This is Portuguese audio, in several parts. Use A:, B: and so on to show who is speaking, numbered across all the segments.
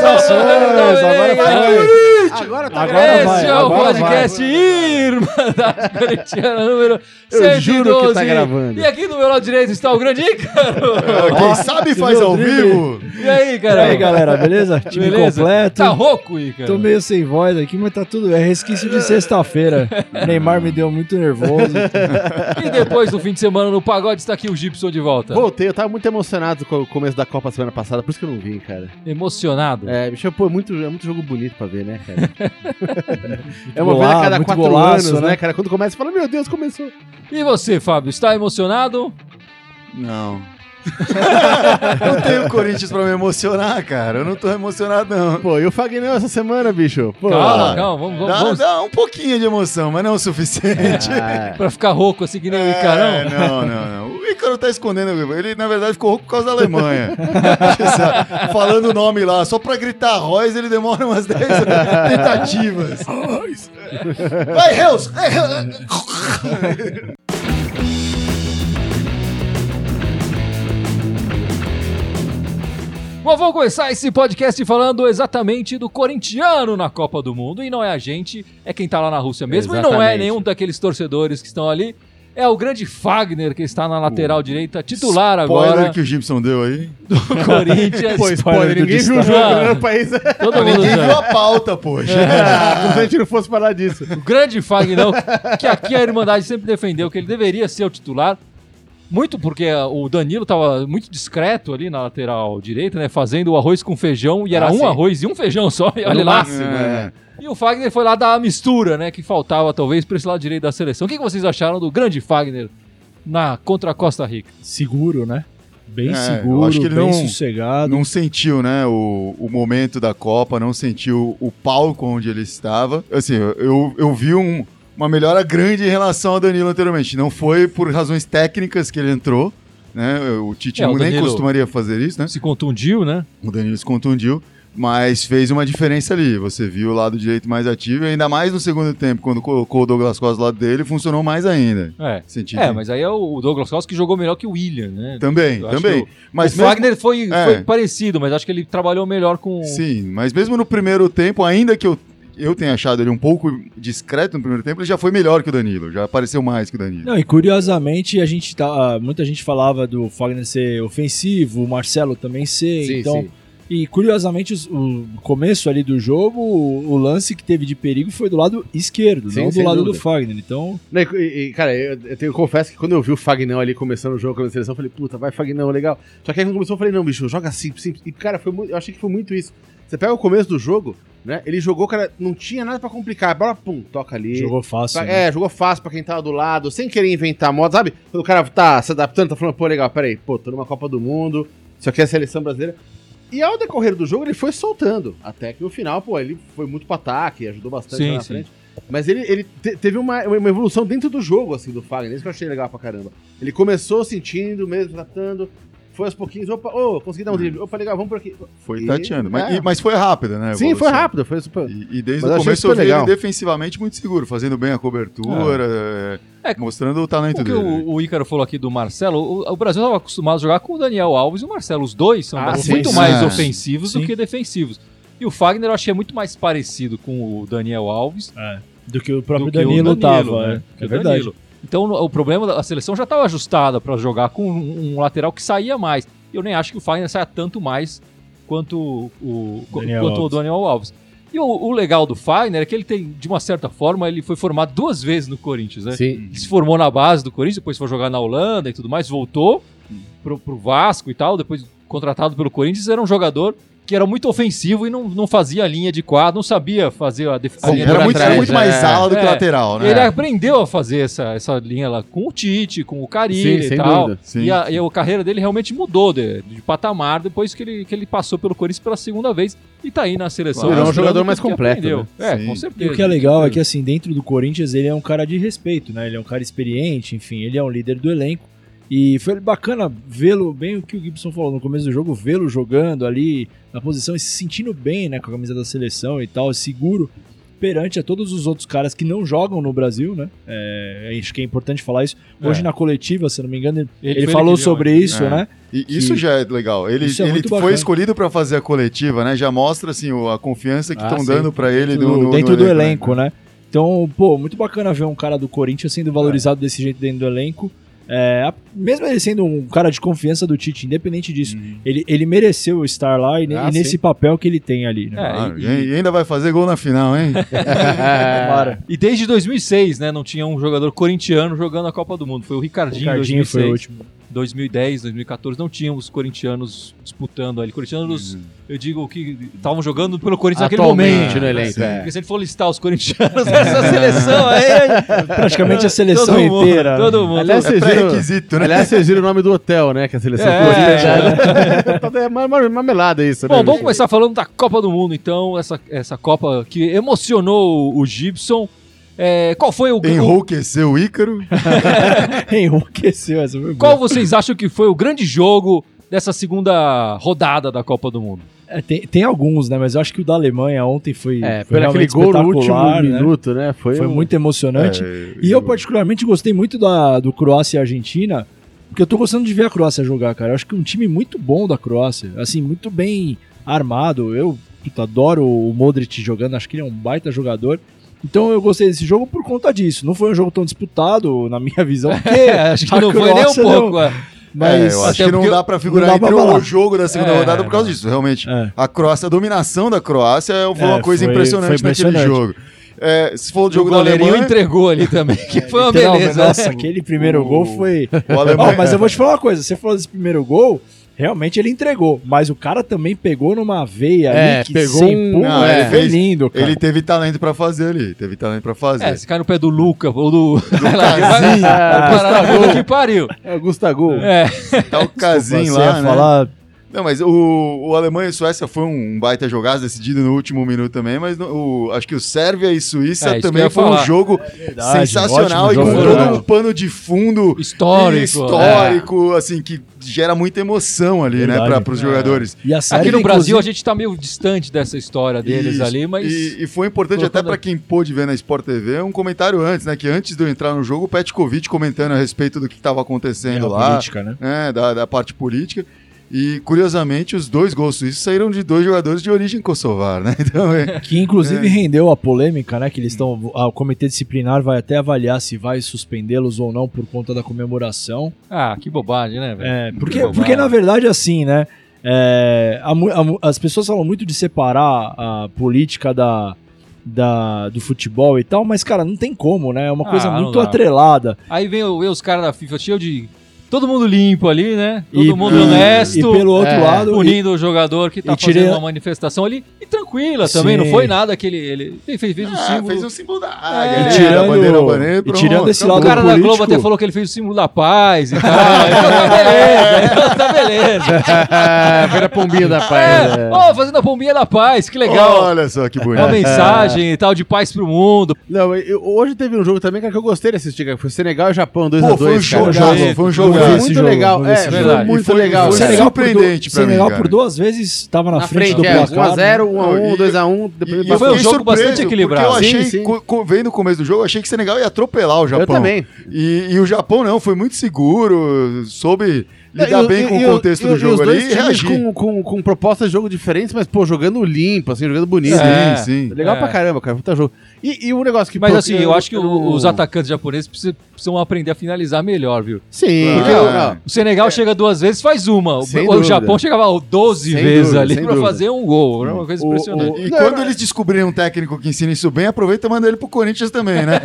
A: Saudações, agora foi.
B: Agora tá
A: Agora
B: gravando.
A: vai,
C: Esse é o
A: agora
C: podcast Irmandade Corintiana número 112.
A: Eu juro que tá gravando.
C: E aqui do meu lado direito está o grande Ícaro.
D: Ah, Quem sabe
A: é
D: faz ao vivo.
C: E aí,
B: E
C: cara?
B: aí, galera, beleza? Time
C: Beleza?
B: completo.
C: Tá rouco, Ícaro.
B: Tô meio sem voz aqui, mas tá tudo. É resquício de sexta-feira. Neymar me deu muito nervoso.
C: E depois do fim de semana no pagode está aqui o Gibson de volta.
A: Voltei, eu tava muito emocionado com o começo da Copa semana passada, por isso que eu não vim, cara.
C: Emocionado.
A: É, bicho, pô, é muito, é muito jogo bonito pra ver, né, cara? é uma
B: golaço,
A: vez a cada
B: muito
A: quatro
B: golaço,
A: anos, né?
B: né?
A: cara? Quando começa, você fala, meu Deus, começou.
C: E você, Fábio, está emocionado?
D: Não. não tenho Corinthians pra me emocionar, cara. Eu não tô emocionado, não.
A: Pô, e o Fagner essa semana, bicho? Pô,
C: calma,
D: ah,
C: calma, vamos, vamos,
D: Dá,
C: vamos
D: dá um pouquinho de emoção, mas não é o suficiente.
A: Ah,
C: pra ficar rouco assim que nem o
D: É,
C: Icarão.
D: não, não, não. O Ícaro tá escondendo. Ele, na verdade, ficou rouco por causa da Alemanha. Sabe? Falando o nome lá. Só pra gritar Reus, ele demora umas 10 tentativas. Reus! Vai, Reus! Vai, Reus!
C: Bom, vamos começar esse podcast falando exatamente do corintiano na Copa do Mundo. E não é a gente, é quem tá lá na Rússia mesmo. E não é
A: Exatamente.
C: nenhum daqueles torcedores que estão ali. É o grande Fagner que está na lateral direita, titular agora
D: Spoiler que o Gibson deu aí.
C: do Corinthians.
A: pô, spoiler, ninguém viu o jogo
C: Ah,
A: né, no país.
C: Todo mundo
D: Ninguém viu
C: já.
D: a pauta, poxa.
C: É.
A: Como se a gente não fosse falar disso.
C: O grande Fagnão, que aqui a Irmandade sempre defendeu que ele deveria ser o titular. Muito porque ah, o Danilo tava muito discreto ali na lateral direita, né? Fazendo o arroz com feijão. E era
A: Ah,
C: um
A: sim.
C: arroz e um feijão só. E olha lá.
A: É.
C: E o Fagner foi lá dar a mistura, né? Que faltava, talvez, pra esse lado direito da seleção. O que que vocês acharam do grande Fagner na contra a Costa Rica?
B: Seguro, né? Bem
D: É,
B: seguro,
D: eu acho que ele
B: bem
D: não-
B: sossegado.
D: não sentiu, né, o, o momento da Copa, não sentiu o palco onde ele estava. Assim, eu, eu vi um- uma melhora grande em relação ao Danilo anteriormente. Não foi por razões técnicas que ele entrou, né? O Tite
C: É, o
D: nem
C: Danilo-
D: costumaria fazer isso, né?
C: Se contundiu, né?
D: O Danilo se contundiu, mas fez uma diferença ali. Você viu o lado direito mais ativo, e ainda mais no segundo tempo, quando colocou o Douglas Costa do lado dele, funcionou mais ainda.
C: É.
D: Senti
C: É, mas aí é o Douglas Costa que jogou melhor que o William, né?
D: também,
C: Eu acho
D: também.
C: que
D: Mas
C: o
D: mesmo-
C: Fagner foi,
D: é.
C: foi parecido, mas acho que ele trabalhou melhor com.
D: Sim, mas mesmo no primeiro tempo, ainda que eu, eu tenha achado ele um pouco discreto no primeiro tempo, ele já foi melhor que o Danilo, já apareceu mais que o Danilo.
B: Não, e curiosamente, a gente tá, muita gente falava do Fagner ser ofensivo, o Marcelo também ser.
A: Sim,
B: então,
A: sim.
B: E curiosamente, os- o começo ali do jogo, o, o lance que teve de perigo foi do lado esquerdo,
A: Sim,
B: não do
A: sem
B: lado
A: dúvida.
B: do Fagner. Então,
A: Não, E, e, cara, eu, eu tenho- eu confesso que quando eu vi o Fagnão ali começando o jogo com a seleção, eu falei, puta, vai Fagnão, legal. Só que aí quando começou, eu falei, não, bicho, joga simples, simples. E, cara, foi, mu- eu achei que foi muito isso. Você pega o começo do jogo, né? Ele jogou, cara, não tinha nada pra complicar. A bola, pum, toca ali.
B: jogou fácil.
A: Pra-
B: né?
A: É, jogou fácil pra quem tava do lado, sem querer inventar moda, sabe? Quando o cara tá se adaptando, tá falando, pô, legal, peraí, pô, tô numa Copa do Mundo, isso aqui é a seleção brasileira. E ao decorrer do jogo, ele foi soltando. Até que no final, pô, ele foi muito pro ataque, ajudou bastante
C: Sim,
A: lá na
C: sim.
A: frente. Mas ele, ele te- teve uma, uma evolução dentro do jogo, assim, do Fagner. Isso que eu achei legal pra caramba. Ele começou sentindo, mesmo tratando, foi aos pouquinhos, opa, ô, consegui dar um drible, opa, legal, vamos por aqui.
D: Foi
A: E-
D: tateando, Tá mas,
A: é.
D: e- mas foi rápido, né? a
A: Sim, foi
D: evolução.
A: rápido, foi super.
D: E, e desde
A: Mas eu
D: o
A: achei
D: começo
A: super
D: eu vi
A: legal.
D: ele defensivamente muito seguro, fazendo bem a cobertura,
C: É.
D: é,
C: É,
D: mostrando o talento
C: O que
D: dele.
C: o, o Ícaro falou aqui do Marcelo, o, o Brasil estava acostumado a jogar com o Daniel Alves e o Marcelo. Os dois são
A: Ah,
C: muito
A: sim,
C: muito
D: sim.
C: mais
D: Ah.
C: ofensivos do
B: Sim.
C: que defensivos. E o Fagner eu achei muito mais parecido com o Daniel Alves
B: Do que o próprio
C: do que
B: Danilo,
C: o Danilo.
B: tava.
C: né?
B: É,
C: Que
B: é
C: o
B: verdade.
C: Danilo. Então no- o problema da a seleção já estava ajustada para jogar com um, um lateral que saía mais. Eu nem acho que o Fagner saia tanto mais quanto o, o-
B: Daniel
C: quanto o
B: Alves.
C: Daniel Alves. E o, o legal do Fagner é que ele tem, de uma certa forma, ele foi formado duas vezes no Corinthians, né?
A: Sim.
C: que se formou na base do Corinthians, depois foi jogar na Holanda e tudo mais, voltou pro, pro Vasco e tal, depois contratado pelo Corinthians, era um jogador que era muito ofensivo e não, não fazia a linha de quadro, não sabia fazer a defesa.
D: Sim,
A: Sim,
D: era
A: por
D: muito,
A: atrás,
D: muito
A: é.
D: mais ala do
C: É.
D: que lateral, né?
C: Ele aprendeu a fazer essa, essa linha lá com o Tite, com o Carilli
A: Sim,
C: e
A: sem
C: tal.
A: dúvida.
D: Sim.
C: E, a, e a carreira dele realmente mudou de, de patamar depois que ele, que ele passou pelo Corinthians pela segunda vez e tá aí na seleção.
D: Virou um
C: mostrando
A: jogador
C: tudo
A: mais
C: que
A: completo,
C: aprendeu.
D: né?
C: É,
D: Sim.
C: com
B: E
C: certeza.
B: o que é legal é que, assim, dentro do Corinthians, ele é um cara de respeito, né? Ele é um cara experiente, enfim, ele é um líder do elenco. E foi bacana vê-lo, bem o que o Gibson falou no começo do jogo, vê-lo jogando ali na posição e se sentindo bem, né, com a camisa da seleção e tal, seguro. perante a todos os outros caras que não jogam no Brasil, né? É, acho que é importante falar isso. Hoje
C: É.
B: na coletiva, se eu não me engano, ele,
C: Ele
B: ele
C: foi
B: falou
C: ele que deu,
B: sobre
C: né?
B: isso,
D: É.
B: né?
D: E isso
B: Que-
D: já é legal. Ele,
B: Isso é
D: ele
B: muito
D: foi
B: bacana.
D: escolhido pra fazer a coletiva, né? Já mostra assim o- a confiança que
B: Ah,
D: estão
B: sim.
D: dando pra ele
B: No-
D: no, no-
B: dentro
D: no
B: do
D: né?
B: elenco, né? Então, pô, muito bacana ver um cara do Corinthians sendo valorizado desse jeito dentro do elenco. É, a- mesmo ele sendo um cara de confiança do Tite, independente disso, ele, ele mereceu estar lá e, ne-
A: Ah,
B: e nesse
A: sim.
B: papel que ele tem ali, né?
C: É,
D: Ah,
C: e-
D: e, e ainda vai fazer gol na final, hein?
B: Tomara.
C: E desde 2006, né, não tinha um jogador corintiano jogando a Copa do Mundo. Foi o Ricardinho,
B: Ricardinho
C: 2006.
B: foi o último.
C: 2010, 2014, não tinham os corintianos disputando ali. Corintianos, eu digo que estavam jogando pelo Corinthians naquele
A: Hum. Atualmente
C: momento. né?
A: no elenco, é.
C: Porque se ele for listar os corintianos nessa é seleção aí,
B: Praticamente a seleção
C: É, todo mundo,
B: inteira. né?
C: todo mundo.
A: Aliás,
D: É
A: vocês viram,
D: pré-requisito, né?
A: aliás, vocês viram o nome do hotel, né? Que a seleção
C: É.
A: é, é ma- ma- mamelada isso, né?
C: Bom,
B: é,
C: vamos
A: gente?
C: começar falando da Copa do Mundo, então. Essa, essa Copa que emocionou o Gibson. É, qual foi o, o
D: Enrouqueceu o Ícaro.
B: É, Enlouqueceu essa. foi boa.
D: né?
C: qual vocês acham que foi o grande jogo dessa segunda rodada da Copa do Mundo?
B: É, tem, tem alguns, né? Mas eu acho que o da Alemanha ontem foi,
A: É,
B: foi
A: pelo aquele
B: realmente
A: gol no último
B: espetacular, né?
A: minuto, né? Foi,
B: Foi
A: um-
B: muito emocionante.
D: É,
B: E eu, particularmente, gostei muito da, do Croácia e Argentina, porque eu tô gostando de ver a Croácia jogar, cara. Eu acho que é um time muito bom da Croácia, assim, muito bem armado. Eu puta, adoro o Modric jogando, acho que ele é um baita jogador. Então eu gostei desse jogo por conta disso. Não foi um jogo tão disputado, na minha visão, porque.
C: acho que
B: É, a
C: não foi nem um
B: Croácia não-
C: pouco. é.
D: Mas
B: Mas.
D: É, eu
C: até
D: acho que não
C: porque
D: dá pra figurar
B: não dá
D: entre
B: pra falar.
D: o jogo da segunda
C: É.
D: rodada por causa disso, realmente.
B: É.
D: A Croácia, a dominação da Croácia um- foi
B: É,
D: uma coisa
B: foi-
D: impressionante
B: foi
D: naquele
B: impressionante.
D: jogo. É, se for o
C: O
D: jogo da
C: goleirinho
D: Alemanha,
C: entregou ali também, que foi uma
B: literalmente,
C: beleza. né?
B: Nossa, aquele primeiro
D: O-
B: gol foi.
D: o
B: Ó,
D: Alemanha
B: mas eu vou te falar uma coisa, você falou desse primeiro gol, realmente ele entregou, mas o cara também pegou numa veia
A: É,
B: ali que
A: pegou
B: sem
A: um-
B: pulo,
A: Não,
B: é,
D: ele
B: foi
D: fez-
B: lindo, cara.
D: ele teve talento pra fazer ali, teve talento pra fazer. assim,
C: É, se cai no pé do Luca ou do.
B: É,
C: É,
D: Casim.
C: Parada que pariu.
A: É o Gustavo.
C: É.
D: tá o casinho
B: Você ia
D: lá, né?
B: falar,
D: Não, mas o, o Alemanha e Suécia foi um baita jogado, decidido no último minuto também, mas no- o- acho que o Sérvia e
C: É,
D: Suíça
C: isso que eu
D: também
C: ia
D: foi
C: falar.
D: um jogo
B: É verdade,
D: sensacional
B: ótimo
D: e com
B: jogo, né?
D: todo
B: verdade.
D: um pano de fundo
C: Histórico. é.
D: histórico, assim, que gera muita emoção ali,
B: Verdade.
D: né, para os jogadores.
B: E a
C: É.
B: série,
C: Aqui no
B: inclusive,
C: Brasil a gente tá meio distante dessa história deles
D: Isso.
C: ali, mas.
D: E, e foi importante
C: Colocando-
D: até para quem pôde ver na Sport TV um comentário antes, né? Que antes de eu entrar no jogo, o Petkovic comentando a respeito do que estava
B: é,
D: acontecendo
B: a
D: lá,
B: política, né?
D: né, da, da parte política. E curiosamente, os dois gols suíços saíram de dois jogadores de origem kosovar, né? Então, é,
B: Que inclusive rendeu a polêmica, né? Que eles estão. ah, O comitê disciplinar vai até avaliar se vai suspendê-los ou não por conta da comemoração.
C: Ah, que bobagem, né, velho?
B: É, porque,
C: bobagem.
B: porque na verdade, assim, né? é, a mu- a mu- as pessoas falam muito de separar a política da, da- do futebol e tal, mas, cara, não tem como, né? É uma
C: Ah,
B: coisa
C: não
B: muito
C: dá.
B: atrelada.
C: Aí vem, o- vem os caras da FIFA cheio de. Todo mundo limpo ali, né? Todo
B: E-
C: mundo
B: e-
C: honesto.
B: E pelo outro
A: é,
B: lado, e-
C: Unindo o jogador que tá
B: e tirei-
C: fazendo uma manifestação ali. E tranquila
B: Sim.
C: também, não foi nada que ele. ele ele fez, fez o
D: ah,
C: símbolo.
D: fez um símbolo da águia,
C: É.
D: né,
B: E tirando-
D: da bandeira albanesa,
B: e
D: pronto,
B: tirando esse
D: acabou.
C: O
B: lado
C: cara da
B: político-
C: Globo até falou que ele fez o símbolo da paz e tal. então tá beleza, então tá beleza.
A: Foi a pombinha da paz.
C: É,
A: é.
C: ó, fazendo a pombinha da paz, que legal.
D: Olha só que bonito. É.
C: Uma mensagem e tal de paz pro mundo.
A: Não, eu- hoje teve um jogo também cara, que eu gostei de assistir, cara. Foi Senegal e Japão, 2x2.
D: Pô, foi um
A: cara.
D: jogaço, foi um
A: Foi
B: Não vi
D: jogaço.
B: esse
A: muito
B: jogo,
A: legal.
B: não vi
A: é,
B: esse
A: foi
C: jogo.
A: muito
D: E foi-
A: legal.
D: foi
A: cara.
B: Senegal
D: surpreendente
B: por,
D: pra mim,
B: Senegal
D: cara.
B: por duas vezes estava na,
A: Na
B: frente,
A: frente,
B: do
A: é,
B: placar.
A: 1x0,
D: Não,
A: 1x1,
D: e-
A: 2x1, depois
D: E eu
C: foi um
D: fiquei
C: jogo bastante
D: surpreso, porque
C: equilibrado.
D: Eu achei,
A: Sim, sim.
D: co- co- vendo o começo do jogo, eu achei que o Senegal ia atropelar o Japão.
A: Eu também.
D: E, e o Japão não, foi muito seguro, soube lidar
A: E-
D: bem
A: e-
D: com
A: e-
D: o contexto
A: e-
D: do
A: e
D: jogo
A: os
D: ali
A: dois
D: e
A: times
D: reagir.
A: Com, com, com propostas de jogo diferentes, mas, pô, jogando limpo, assim, jogando bonito.
C: Sim. É.
D: sim.
A: Legal
C: É.
A: pra caramba, cara. Puta jogo. E, e um negócio que...
C: Mas
A: pô,
C: assim, eu acho que o- os atacantes japoneses precis- precisam aprender a finalizar melhor, viu?
A: Sim,
D: Porque
A: não,
D: o-
A: não.
C: O Senegal chega duas vezes, faz uma. O,
A: É. Sem
C: o
A: dúvida.
C: Japão chegava 12
A: Sem
C: vezes
A: dúvida,
C: ali
A: sem
C: pra
A: dúvida.
C: fazer um gol. Era uma coisa
A: O-
C: impressionante.
A: o-
D: E
A: Não,
D: quando
A: não.
D: eles descobrirem um técnico que ensina isso bem, aproveita e manda ele pro Corinthians também, né?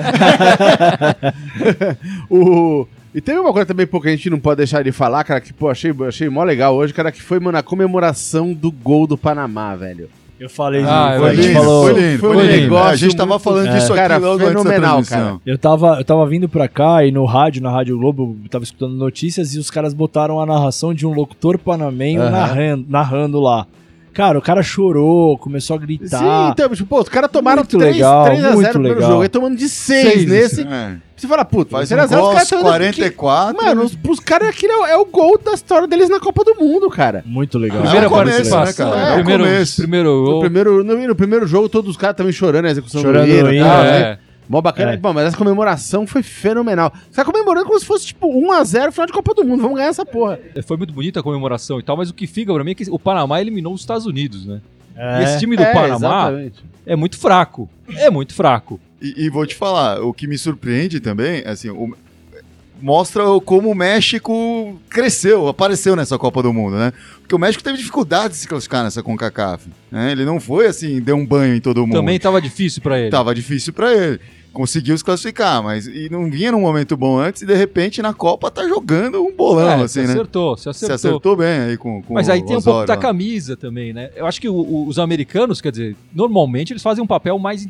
A: O... E teve uma coisa também, pô, que a gente não pode deixar de falar, cara, que, pô, achei, achei mó legal hoje, cara, que foi, mano, a comemoração do gol do Panamá, velho.
B: Eu falei,
C: Ah,
B: a
C: foi
B: gente
C: lindo,
B: falou-
D: foi lindo,
A: foi
D: foi
A: um
D: lindo.
A: negócio
D: a gente tava
A: muito-
D: falando
B: É.
D: disso aqui
A: Cara,
D: logo antes da
A: fenomenal,
D: transmissão.
B: Eu tava, eu tava vindo pra cá e no rádio, na Rádio Globo, eu tava escutando notícias e os caras botaram a narração de um locutor panamenho
A: Aham.
B: narran- narrando, lá. Cara, o cara chorou, começou a gritar.
A: Sim, então, bicho, pô, os caras tomaram
B: Muito
A: 3,
B: legal,
A: 3 a 0
B: muito
A: no primeiro
B: legal.
A: jogo. Aí tomando de 6,
C: Seis,
A: nesse.
D: É.
A: né? Você fala, puta,
D: Faz
A: 3
D: um
A: a 0
D: gol aos
A: os caras tão dando- que-
D: 44.
A: Mano, os, pros caras aquilo é, é o gol da história deles na Copa do Mundo, cara.
B: Muito legal.
D: Primeira
C: Primeira
D: É o começo,
C: participação.
D: né,
A: um cara? É o
C: primeiro,
D: começo.
C: primeiro
A: No
C: gol.
A: primeiro, no, no primeiro jogo, todos os caras também chorando a execução
B: Chorando
A: do hino.
B: o
A: e
B: hino,
A: tal,
C: é.
A: né? Mó bacana.
B: É.
A: Bom, mas essa comemoração foi fenomenal. Os caras comemorando como se fosse, tipo, 1x0 final de Copa do Mundo. Vamos ganhar essa porra.
C: É, Foi muito bonita a comemoração e tal, mas o que fica pra mim é que o Panamá eliminou os Estados Unidos, né? E esse time do
A: É,
C: Panamá
A: exatamente.
C: é muito fraco. É muito fraco.
D: E, e vou te falar, o que me surpreende também, assim, o- mostra o- como o México cresceu, apareceu nessa Copa do Mundo, né? Porque o México teve dificuldade de se classificar nessa CONCACAF, né? Ele não foi assim, deu um banho em todo mundo.
C: Também tava difícil pra ele.
D: Tava difícil pra ele. Conseguiu se classificar, mas e não vinha num momento bom antes e de repente na Copa tá jogando um bolão,
C: É,
D: assim,
C: se
D: né?
C: acertou, se
D: Se
C: acertou.
D: acertou bem aí com, com
C: Mas aí tem um pouco
D: Tipo, Osório
C: da
D: lá.
C: camisa também, né? Eu acho que o- o- os americanos, quer dizer, normalmente eles fazem um papel mais,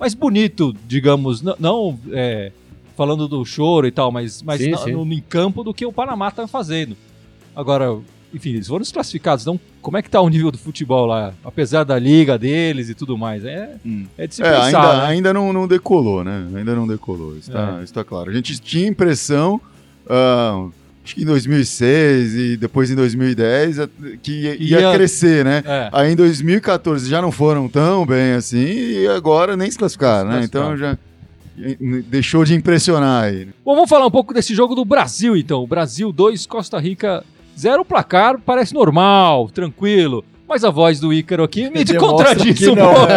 C: mais bonito, digamos, n- não é, falando do choro e tal, mas, mas
A: Sim,
C: na-
A: sim.
C: No, em campo do que o Panamá tá fazendo. Agora, enfim, eles foram desclassificados, então como é que tá o nível do futebol lá? Apesar da liga deles e tudo mais, é,
D: Hum.
C: é de se
D: É,
C: pensar,
D: ainda,
C: né?
D: ainda não, não decolou, né? Ainda não decolou, isso tá, isso tá claro. A gente tinha impressão, ah, acho que em 2006 e depois em 2010, a- que ia, ia
C: Ia-
D: crescer, né?
C: É.
D: Aí em 2014 já não foram tão bem assim e agora nem se classificaram, né?
C: Se
D: Então já eh, deixou de impressionar aí. né?
C: Bom, vamos falar um pouco desse jogo do Brasil, então. Brasil 2, Costa Rica 0. O placar parece normal, tranquilo. Mas a voz do Ícaro aqui me
B: Demonstra
C: contradiz
B: que
C: um
B: não,
C: pouco.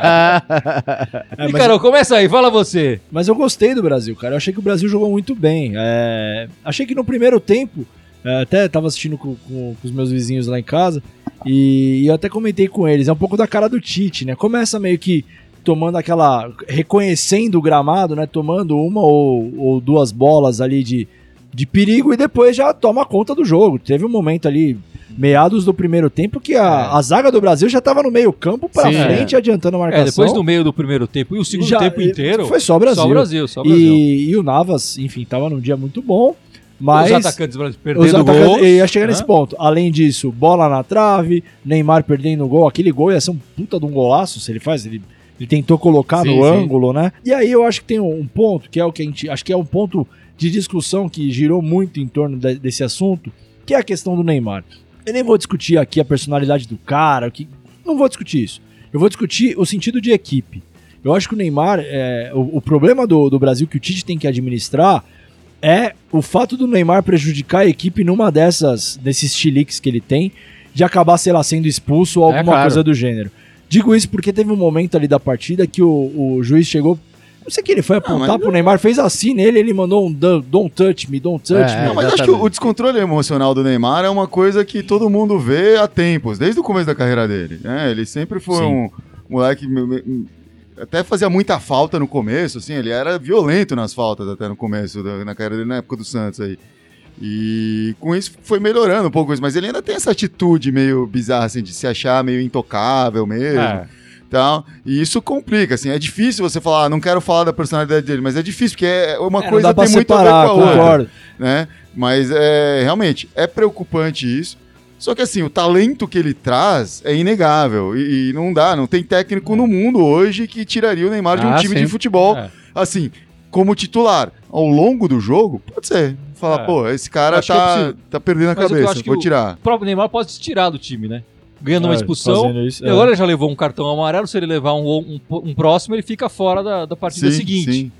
B: É, mas,
C: Ícaro, começa aí, fala você.
B: mas eu gostei do Brasil, cara. Eu achei que o Brasil jogou muito bem. É, achei que no primeiro tempo, é, até tava assistindo com, com- com os meus vizinhos lá em casa, e, e eu até comentei com eles. É um pouco da cara do Tite, né? Começa meio que tomando aquela. reconhecendo o gramado, né? Tomando uma ou, ou duas bolas ali de, de perigo e depois já toma conta do jogo. Teve um momento ali. Meados do primeiro tempo que a, a zaga do Brasil já tava no meio-campo pra
A: Sim,
B: frente, adiantando a marcação.
C: É. É, depois no meio do primeiro tempo e o segundo
B: Já-
C: tempo inteiro.
B: Foi só o Brasil.
C: Só o Brasil, só o Brasil.
B: E, e o Navas, enfim, tava num dia muito bom, mas...
C: Os atacantes brasileiros
B: os
C: perdendo né?
B: atacantes-
C: gol.
B: eu ia chegar nesse
C: Hã?
B: ponto. Além disso, bola na trave, Neymar perdendo o gol. Aquele gol ia ser um puta de um golaço se ele faz. Ele, ele tentou colocar
A: Sim,
B: no
A: sim.
B: ângulo, né? E aí eu acho que tem um, um ponto, que é o que a gente. Acho que é um ponto de discussão que girou muito em torno de- desse assunto, que é a questão do Neymar. Eu nem vou discutir aqui a personalidade do cara, o que. Não vou discutir isso. Eu vou discutir o sentido de equipe. Eu acho que o Neymar, é, o, o problema do, do Brasil que o Tite tem que administrar é o fato do Neymar prejudicar a equipe numa dessas, desses chiliques que ele tem, de acabar, sei lá, sendo expulso ou
A: É,
B: alguma
A: claro.
B: coisa do gênero. Digo isso porque teve um momento ali da partida que o, o juiz chegou. Não sei que ele foi apontar
D: mas-
B: pro Neymar, fez assim nele, ele mandou um dun- don't touch me, don't touch
A: É,
B: me.
D: não, mas acho que
A: exatamente.
D: o descontrole emocional do Neymar é uma coisa que todo mundo vê há tempos, desde o começo da carreira dele. né? Ele sempre foi
B: Sim.
D: um moleque. me- me- Até fazia muita falta no começo, assim, ele era violento nas faltas até no começo, da- na carreira dele, na época do Santos aí. E com isso foi melhorando um pouco isso, mas ele ainda tem essa atitude meio bizarra, assim, de se achar meio intocável mesmo
C: É.
D: tal. E isso complica, assim. É difícil você falar, "Ah, não quero falar da personalidade dele, mas é difícil, porque é uma
B: É, não
D: coisa
B: dá pra
D: tem muito a ver com
B: separar,
D: a outra.
B: concordo.
D: Né? Mas é, realmente é preocupante isso. Só que assim, o talento que ele traz é inegável. E, e não dá, não tem técnico no mundo hoje que tiraria o Neymar de um
A: Ah,
D: time
A: sim.
D: de futebol,
C: É.
D: assim, como titular. Ao longo do jogo, pode ser. Falar,
C: É.
D: pô, esse cara
C: Acho que é
D: tá,
C: possível.
D: tá perdendo a
C: Mas o que eu
D: cabeça,
C: acho que
D: vou
C: o-
D: tirar.
C: O próprio Neymar pode se tirar do time, né? Ganhando uma
B: É,
C: expulsão.
B: fazendo isso,
C: E
B: é.
C: agora ele já levou um cartão amarelo. Se ele levar um, um- um próximo, ele fica fora da, da partida seguinte.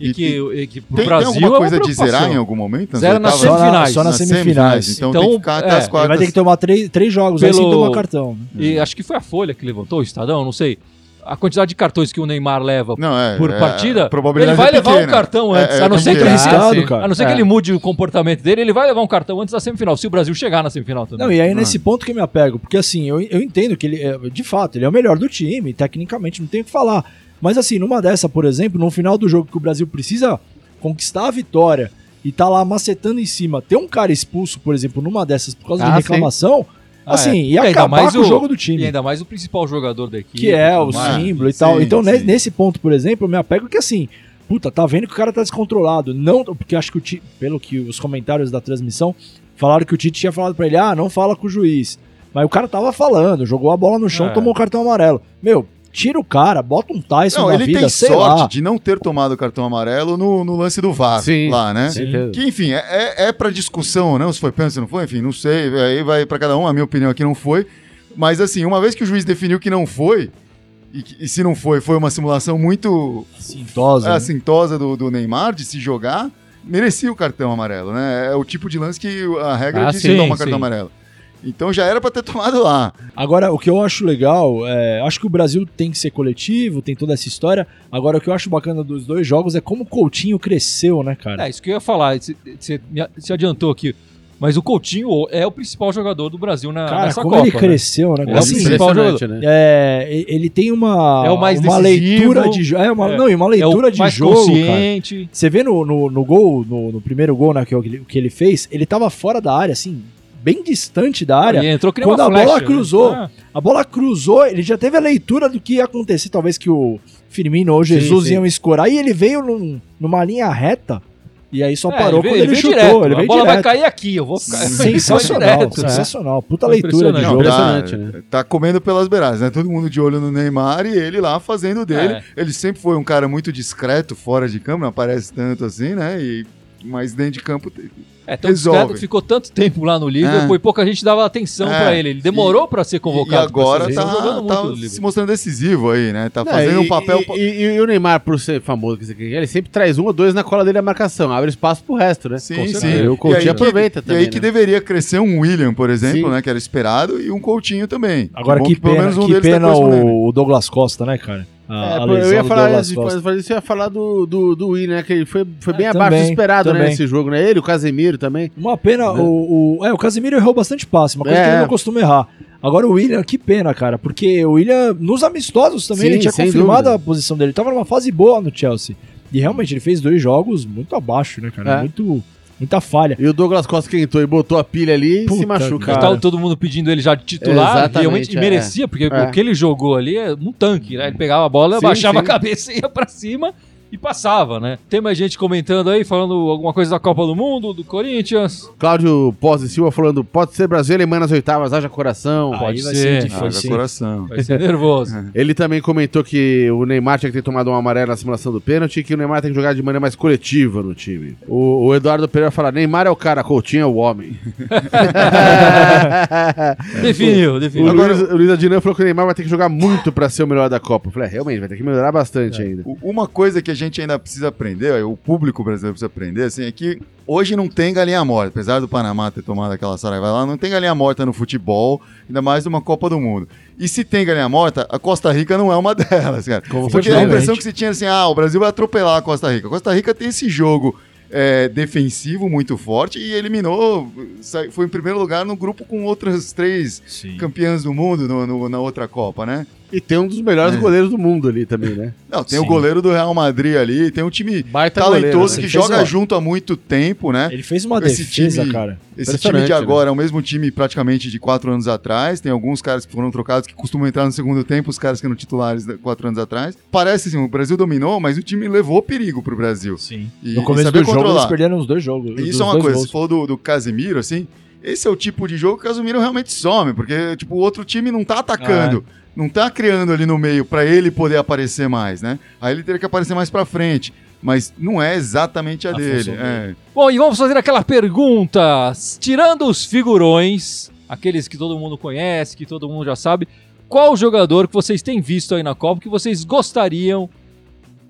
C: E,
D: E-
C: que, e que pro
D: Tem, tem
C: Brasil é
D: alguma
C: uma
D: coisa de zerar
C: preocupação.
D: em algum momento? nas
C: Zera na
D: oitavas?
B: Só, na,
C: semifinais.
B: só nas
D: Nas
B: semifinais.
D: Então,
C: Então,
D: tem que ficar até
C: é,
D: as
C: ele
B: Ele
D: quartas.
B: vai ter que tomar três, três jogos aí sem
C: Pelo-
B: tomar cartão. né?
C: E acho que foi a Folha que levantou, o Estadão, não sei. A quantidade de cartões que o Neymar leva
D: Não, é,
C: por
D: é,
C: partida,
D: a probabilidade
C: ele vai
D: é
C: levar
D: pequena.
C: um cartão antes.
D: É, é,
C: a não ser que ele
D: pequena.
B: arrisque-
C: arriscado,
B: sim.
C: cara. A não ser que
A: É.
C: ele mude o comportamento dele, ele vai levar um cartão antes da semifinal, se o Brasil chegar na semifinal também.
B: Não, e aí
D: Ah.
B: nesse ponto que eu me apego, porque assim, eu, eu entendo que ele, é, de fato, ele é o melhor do time, tecnicamente, não tem o que falar. Mas assim, numa dessa, por exemplo, no final do jogo que o Brasil precisa conquistar a vitória e tá lá macetando em cima, ter um cara expulso, por exemplo, numa dessas por causa de
A: Ah, sim.
B: reclamação,
C: Ah,
B: assim,
C: é.
B: ia
C: ainda
B: acabar
C: mais
B: com o
C: o-
B: jogo do
C: E
B: time.
C: ainda mais o principal jogador da equipe.
B: Que é o
D: Neymar.
B: símbolo e tal.
D: Sim,
B: então, ne-
D: sim.
B: nesse ponto, por exemplo, eu me apego que assim, puta, tá vendo que o cara tá descontrolado. Não, porque acho que o Tite, pelo que os comentários da transmissão falaram que o Tite tinha falado pra ele, ah, não fala com o juiz. Mas o cara tava falando, jogou a bola no chão,
C: É.
B: tomou o cartão amarelo. Meu, tira o cara, bota um Tyson
D: Não,
B: na
D: ele
B: vida,
D: tem
B: sei
D: sorte
B: lá.
D: de não ter tomado o cartão amarelo no, no lance do VAR
A: Sim,
D: lá, né?
A: com certeza.
D: Que, enfim, é, é, é pra discussão ou não, se foi pênalti, se não foi, enfim, não sei. Aí vai pra cada um, a minha opinião aqui não foi. Mas assim, uma vez que o juiz definiu que não foi, e, que- e se não foi, foi uma simulação muito É,
B: Sintosa,
D: assim.
B: né?
D: assintosa do, do Neymar de se jogar, merecia o cartão amarelo, né? É o tipo de lance que a regra
C: Ah,
D: diz
C: sim,
D: que toma
C: sim.
D: cartão amarelo. Então já era pra ter tomado lá.
B: Agora, o que eu acho legal, é, acho que o Brasil tem que ser coletivo, tem toda essa história. Agora, o que eu acho bacana dos dois jogos é como o Coutinho cresceu, né, cara?
C: É, isso que eu ia falar. Você- Você me a- se adiantou aqui. Mas o Coutinho é o principal jogador do Brasil na,
B: cara,
C: Ah, nessa
B: como
C: Copa.
B: ele cresceu, né?
C: Ele
B: cara?
C: é
B: Assim,
C: principal
A: um Impressionante, né?
B: é, e- ele tem uma,
C: É o mais
B: uma
C: decisivo,
B: leitura de jogo. É uma,
C: é,
B: não, e uma
C: né? É o
B: leitura de
C: mais
B: jogo, cara.
C: consciente.
B: Você vê no, no, no gol, no, no primeiro gol né, que, ele- que ele fez, ele tava fora da área, assim, bem distante da área.
C: Ele entrou que nem
B: quando
C: uma
B: a bola
C: flecha, né?
B: cruzou,
C: Ah,
B: A bola cruzou, ele já teve a leitura do que ia acontecer, talvez que o Firmino ou Jesus
A: sim.
B: iam escorar, e ele veio num- numa linha reta, e aí só
C: é,
B: parou
C: veio-
B: quando ele,
C: veio
B: chutou,
C: direto.
B: ele
C: a
B: veio
C: bola vai
B: direto.
C: cair aqui, eu vou ficar.
B: Sensacional,
C: Direto, né?
B: sensacional, puta
C: Foi
B: leitura de
C: impressionante.
B: jogo.
A: Impressionante,
D: tá,
A: né?
D: tá comendo pelas beiradas, né? Todo mundo de olho no Neymar e ele lá fazendo o dele.
C: É.
D: Ele sempre foi um cara muito discreto fora de campo, não aparece tanto assim, né? E, mas dentro de campo.
C: É, tanto
D: Resolve.
C: discreto que ficou tanto tempo lá no Liverpool
D: É.
C: e pouca gente dava atenção
D: É.
C: pra ele. Ele demorou pra ser
D: E
C: convocado. pra
D: agora
C: seleção,
D: tá,
C: jogando
D: tá
C: muito no Liverpool.
D: se mostrando decisivo aí, né? Tá
A: Não,
D: fazendo
A: e-
D: um papel.
A: E, e- e o Neymar, por ser famoso, que você quer, ele sempre traz um ou dois na cola dele a marcação, abre espaço pro resto, né?
D: Sim,
A: Com
D: sim.
A: certeza. E o
D: E aí
A: Coutinho
D: que-
A: aproveita
D: E
A: também.
D: aí que
A: né?
D: deveria crescer um William, por exemplo,
A: Sim.
D: né? Que era esperado, e um Coutinho também.
B: Agora
D: Bom
B: que pena, que
D: tá
B: pena
D: correspondendo.
B: o Douglas Costa, né, cara? A-
A: É,
B: a
A: pô, eu
B: lesão
A: ia
B: do
A: falar
B: Douglas
A: isso,
B: Costa.
A: eu ia falar isso, eu ia falar do, do, do Win, né? Que ele foi, foi
B: Ah,
A: bem abaixo
B: também,
A: do esperado, né?
B: também.
A: Nesse jogo, né? Ele, o Casemiro também.
B: Uma pena,
D: Né?
B: o, o- é, o Casemiro errou bastante passe, uma coisa que
A: É.
B: ele não costuma errar. Agora o William, que pena, cara, porque o William, nos amistosos também,
A: Sim,
B: ele tinha
A: sem
B: confirmado
A: dúvida.
B: a posição dele, tava numa fase boa no Chelsea. E realmente, ele fez dois jogos muito abaixo, né, cara?
A: É.
B: Muito, muita falha.
A: E o Douglas Costa que entrou e botou a pilha ali e
B: Puta,
A: se machuca.
C: Mas
B: cara.
C: tava Tá todo mundo pedindo ele já de titular,
A: Exatamente,
C: realmente e
A: é.
C: merecia, porque
A: É.
C: o que ele jogou ali é um tanque, né? Ele pegava a bola,
A: Sim,
C: baixava a
A: sim.
C: cabeça e ia pra cima e passava, né? Tem mais gente comentando aí, falando alguma coisa da Copa do Mundo, do Corinthians.
A: Cláudio Pós e Silva falando: pode ser Brasil e Alemanha nas oitavas, haja coração.
B: Aí
C: pode
B: vai
C: ser.
A: né?
B: ser
D: Ah,
B: difícil,
D: meu
B: sim.
D: coração.
C: Vai ser nervoso.
B: É.
A: Ele também comentou que o Neymar tinha que ter tomado um amarelo na simulação do pênalti e que o Neymar tem que jogar de maneira mais coletiva no time. O, o Eduardo Pereira fala: Neymar é o cara, Coutinho é o homem.
C: definiu,
A: o,
C: definiu.
A: Luiz, o Luiz Adriano falou que o Neymar vai ter que jogar muito pra ser o melhor da Copa. Eu falei: é, realmente, vai ter que melhorar bastante ainda.
D: O- Uma coisa que a gente ainda precisa aprender, o público brasileiro precisa aprender, assim, é que hoje não tem galinha morta. Apesar do Panamá ter tomado aquela saraiva lá, não tem galinha morta no futebol, ainda mais numa Copa do Mundo. E se tem galinha morta, a Costa Rica não é uma delas, cara. Porque a
B: certeza.
D: impressão que se tinha assim, ah, o Brasil vai atropelar a Costa Rica. A Costa Rica tem esse jogo é, defensivo muito forte e eliminou, sai- foi em primeiro lugar no grupo com outras três campeãs do mundo no- no- na outra Copa, né?
A: E tem um dos melhores goleiros do mundo ali também, né?
D: Não, tem o
B: Sim.
D: goleiro do Real Madrid ali, tem um time
A: Baita
D: talentoso
B: né?
D: que
B: Ele fez
D: joga
B: uma-
D: junto há muito tempo, né?
B: Ele fez uma
D: Esse
B: defesa,
D: time-
B: cara.
D: Esse time
B: né?
A: Impressionante,
D: de agora é o mesmo time praticamente de quatro anos atrás. Tem alguns caras que foram trocados que costumam entrar no segundo tempo, os caras que eram titulares da- quatro anos atrás. Parece assim, o Brasil dominou, mas o time levou perigo pro Brasil.
B: Sim.
D: E,
B: No
D: e
B: começo
D: saber
B: do jogo, eles
D: controlar.
B: perderam os dois jogos.
D: Isso
B: os
D: é uma
B: dois
D: coisa,
B: gols.
D: você falou do, do Casemiro, assim, esse é o tipo de jogo que o Casemiro realmente some, porque, tipo, o outro time não tá atacando,
B: É.
D: não tá criando ali no meio pra ele poder aparecer mais, né? Aí ele teria que aparecer mais pra frente, mas não é exatamente a,
B: A
D: dele.
B: função
D: é.
C: Bom, e vamos fazer aquela pergunta. Tirando os figurões, aqueles que todo mundo conhece, que todo mundo já sabe, qual jogador que vocês têm visto aí na Copa que vocês gostariam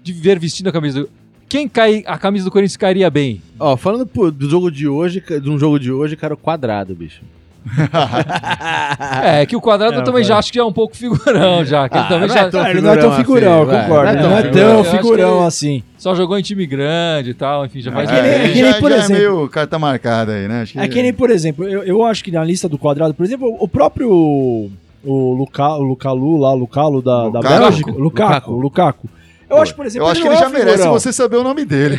C: de ver vestindo a camisa do... Quem cai, a camisa do Corinthians cairia bem?
A: Ó, falando pô, do jogo de hoje, ca- de um jogo de hoje, cara, o quadrado, bicho.
D: Ah.
C: é, que o quadrado
B: É,
C: eu também
B: vai.
C: já acho que é um pouco figurão, já. que ele
A: Ah,
C: também
A: não
C: já
A: é tão
B: Ah, ele não é tão figurão, eu
A: figurão assim, vai,
B: concordo.
A: não é
B: Ele não é
A: tão figurão.
B: tão
C: Eu acho que
B: figurão
C: ele-
B: assim.
C: só jogou em time grande e tal, enfim, já faz.
B: que ele-
D: É,
B: é que
D: já-
B: ele, por
D: já
B: exemplo-
D: É meio carta marcada aí, né? Acho que-
B: É que nem, por exemplo, eu, eu acho que na lista do quadrado, por exemplo, o próprio o Luca, o Lucalu lá, Lucalo da, da
D: Lukaku?
B: Bélgica, Lukaku,
A: Lukaku.
B: Lukaku. Eu acho, por exemplo,
D: Eu acho que ele
B: não é
D: já
B: um
D: merece
B: figurão.
D: você saber o nome dele.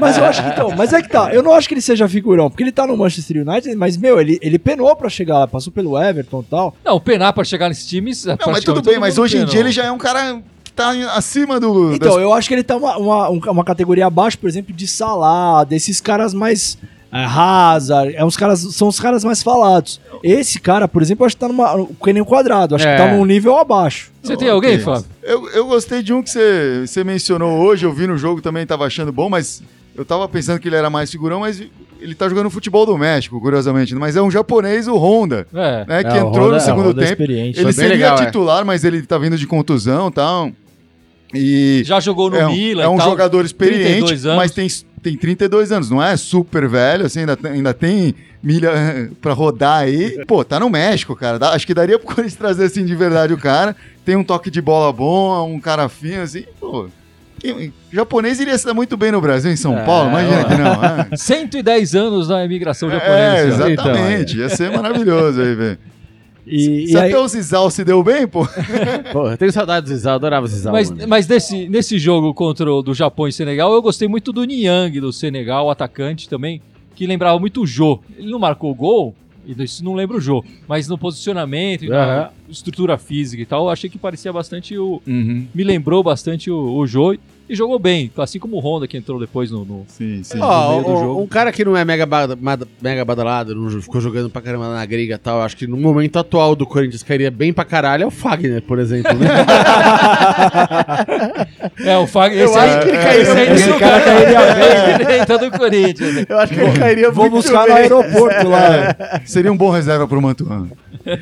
B: Mas eu acho que então, mas é que tá, eu não acho que ele seja figurão, porque ele tá no Manchester United, mas meu, ele, ele penou pra chegar lá, passou pelo Everton e tal.
C: Não, penar pra chegar nesses times. é
D: Não,
B: é um
D: mas tudo bem, mas hoje em dia ele já é um cara que tá acima do.
B: Então,
D: das-
B: eu acho que ele tá uma, uma, um- uma categoria abaixo, por exemplo, de Salah, desses caras mais é, Hazard, é uns caras, são os caras mais falados. Esse cara, por exemplo, acho que tá numa. O Kenny quadrado, acho
A: É.
B: que tá num nível abaixo.
C: Você tem alguém,
D: Ok.
C: Fábio?
D: Eu, eu gostei de um que você você mencionou hoje, eu vi no jogo também, tava achando bom, mas eu tava pensando que ele era mais figurão, mas ele tá jogando futebol do México, curiosamente. Mas é um japonês, o Honda,
C: É.
D: né? Que
B: É, o
D: entrou
B: Honda-
D: no
B: é, o
D: segundo
B: Honda é
D: tempo.
B: experiente.
D: Ele
A: Foi
D: seria
A: bem legal, é.
D: titular, mas ele tá vindo de contusão e tal. E
C: Já jogou no
D: é um,
C: Milan
D: é um
C: e tal.
D: jogador experiente,
C: 32 anos.
D: mas tem, tem 32 anos, não é super velho, assim, ainda, tem- ainda tem milha pra rodar aí. Pô, tá no México, cara. dá- acho que daria pro Corinthians trazer, assim, de verdade o cara. Tem um toque de bola bom, um cara fino, assim, pô. quem- japonês iria se dar muito bem no Brasil, em São
B: É,
D: Paulo, imagina
B: ó.
D: que não. É,
C: 110 anos da imigração
D: é
C: japonesa.
A: exato.
D: exatamente. ia ser maravilhoso aí, velho.
B: E,
D: Se
B: e aí,
D: até o Zizal se deu bem, pô.
A: Pô, eu tenho saudade do Zizal, adorava o Zizal.
C: Mas,
A: mano.
C: mas nesse, nesse jogo contra o do Japão e Senegal, eu gostei muito do Niang do Senegal, o atacante também, que lembrava muito o Jô. Ele não marcou gol, e isso não lembra o Jô, mas no posicionamento, e na
A: Aham.
C: estrutura física e tal, eu achei que parecia bastante o. Me lembrou bastante o, o Jô e jogou bem, assim como o Honda que entrou depois no. no-
D: Sim, sim.
A: Ó,
C: meio do
A: o-
C: jogo.
A: um cara que não é mega, bada- mada- mega badalado, não jo- ficou jogando pra caramba na gringa e tal, eu acho que no momento atual do Corinthians cairia bem pra caralho é o Fagner, por exemplo. Né?
C: É, o Fagner.
A: Eu
C: Esse aí,
A: acho que ele
C: caiu. Esse, aí
B: cairia-
C: esse
B: esse
C: cara
B: cara cairia
C: cairia bem direita do Corinthians. né?
A: eu acho que ele cairia
B: vou buscar no aeroporto lá.
D: É, seria um bom reserva pro Mantuan.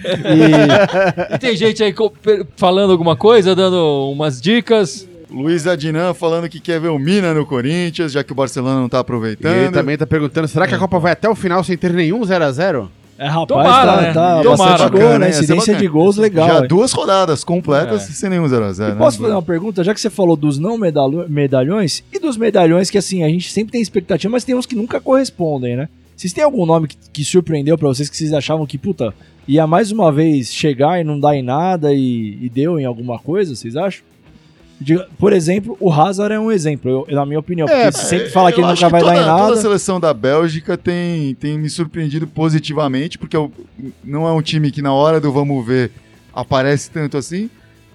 B: E,
C: E tem gente aí co- per- falando alguma coisa, dando umas dicas.
D: Luiz Adinan falando que quer ver o Mina no Corinthians, já que o Barcelona não tá
A: E ele
D: aproveitando.
A: também tá perguntando, será que a Copa vai até o final sem ter nenhum 0x0?
B: é, rapaz,
C: Tomara,
B: tá,
C: né?
B: tá
C: Tomara.
B: bastante
D: Bacana,
B: gol,
D: hein?
B: né?
D: Essa é
B: Incidência de
D: bacana.
B: gols legal.
D: Já
B: hein?
D: duas rodadas completas
C: É.
D: sem nenhum 0x0.
B: E posso fazer uma pergunta? Já que você falou dos não medalho- medalhões e dos medalhões que, assim, a gente sempre tem expectativa, mas tem uns que nunca correspondem, né? Vocês têm algum nome que, que surpreendeu pra vocês que vocês achavam que, puta, ia mais uma vez chegar e não dar em nada e, e deu em alguma coisa, vocês acham? Diga- por exemplo, o Hazard é um exemplo, eu- na minha opinião,
D: É,
B: porque você sempre fala que ele nunca vai dar em nada.
D: Toda a seleção da Bélgica tem, tem me surpreendido positivamente, porque eu- não é um time que na hora do vamos ver aparece tanto assim.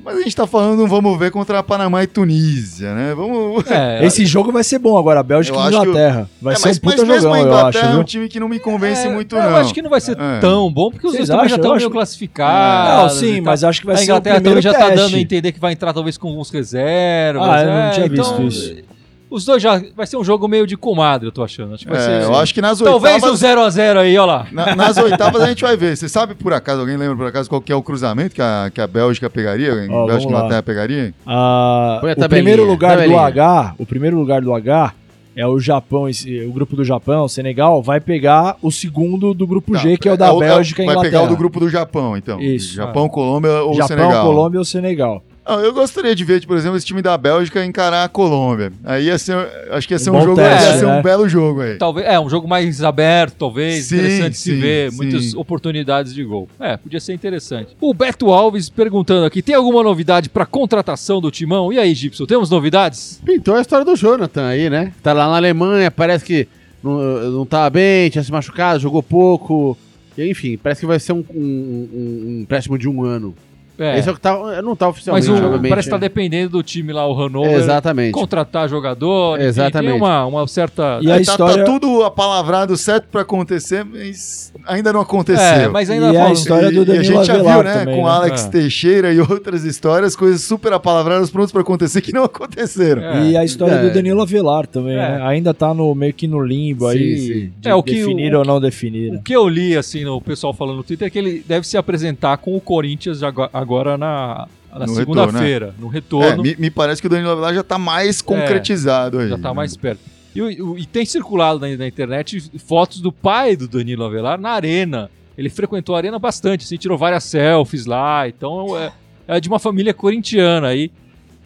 D: Mas a gente tá falando um vamos ver contra a Panamá e Tunísia, né? Vamos.
C: É,
B: Esse jogo vai ser bom agora, a Bélgica
D: Eu
B: e
D: acho que o-
B: Inglaterra. Vai
D: É,
B: ser um puta
D: mesmo
B: jogão,
D: a
B: eu acho,
D: Inglaterra é um
B: viu?
D: time que não me convence
C: É,
D: muito,
C: eu
D: não.
C: acho que não vai ser
D: É.
C: tão bom, porque os
B: Vocês
C: dois também já
B: acham?
C: estão
B: Eu
C: meio
B: acho-
C: classificados.
B: não, sim,
C: e tal.
B: mas acho que
C: Ah,
B: vai
C: a
B: ser o
C: Inglaterra
B: primeiro
C: também já tá dando a
B: teste.
C: entender que vai entrar talvez com uns reservas.
B: Ah, eu não tinha
C: então,
B: visto
C: Os dois já. Vai ser um jogo meio de comadre, eu tô achando. Acho que vai
D: É,
C: ser.
D: eu acho que nas
C: Talvez um
D: oitavas
C: 0x0 aí, ó lá.
D: Na- nas oitavas a gente vai ver. Você sabe por acaso, alguém lembra por acaso qual que é o cruzamento que a, que a Bélgica pegaria? A
B: Ó,
D: Bélgica e
B: vamos lá.
D: Inglaterra pegaria?
B: Ah,
A: Põe a
B: o
A: tabelinha,
B: primeiro lugar
A: tabelinha.
B: do H, o primeiro lugar do H é o Japão, esse- o grupo do Japão, Senegal, vai pegar o segundo do grupo G, que é o da
D: Tá. o-
B: Bélgica e
D: Vai
B: Inglaterra.
D: pegar o do grupo do Japão, então.
B: Isso. Ah.
D: Japão, Colômbia ou
B: Japão,
D: Senegal.
B: Colômbia ou Senegal.
D: Ah, eu gostaria de ver, por exemplo, esse time da Bélgica encarar a Colômbia. Aí ia ser, acho que ia ser
B: Um
D: um,
B: bom
D: jogo,
B: teste,
D: ia ser
B: né?
D: um belo jogo aí.
C: Talvez, é, um jogo mais aberto, talvez,
D: Sim,
C: interessante se
D: sim,
C: ver,
D: sim.
C: muitas oportunidades de gol. É, podia ser interessante. O Beto Alves perguntando aqui, tem alguma novidade pra contratação do Timão? E aí, Gibson, temos novidades?
A: Pintou a história do Jonathan aí, né? Tá lá na Alemanha, parece que não, não tava bem, tinha se machucado, jogou pouco. E, Enfim, parece que vai ser um, um, um- um empréstimo de um ano.
C: É,
A: Esse é o que tá, não tá
C: mas
A: oficialmente,
C: o,
A: obviamente.
C: parece que tá né? dependendo do time lá, o Hanover,
A: Exatamente.
C: contratar jogador, enfim,
A: Exatamente.
C: tem uma, uma certa... É,
B: E a
D: Aí tá, tá
B: história-
D: tudo apalavrado certo pra acontecer, mas ainda não aconteceu.
C: É, mas ainda
B: E a
C: falo-
B: história do
D: E a
B: Danilo
D: gente já
B: Avelar
D: viu, né,
B: também,
D: com
B: né?
D: Alex
C: É.
D: Teixeira e outras histórias, coisas super apalavradas prontas pra acontecer que não aconteceram.
C: É.
B: E a história
A: É.
B: do Danilo Avelar também,
C: É.
B: né? Ainda tá no, meio que no limbo
A: Sim,
B: aí,
A: sim.
B: de
C: É, o que-
B: definir
C: o-
B: ou não definir.
C: O que eu li, assim, no pessoal falando no Twitter, é que ele deve se apresentar com o Corinthians ago- agora na, na
D: No
C: segunda-feira, no
D: É,
C: retorno.
D: me, me parece que o Danilo Avelar já tá mais concretizado aí.
C: É,
D: né?
C: Já tá mais perto. E, o- o- e tem circulado na, na internet fotos do pai do Danilo Avelar na arena. Ele frequentou a arena bastante, assim, tirou várias selfies lá. Então é, é de uma família corintiana aí.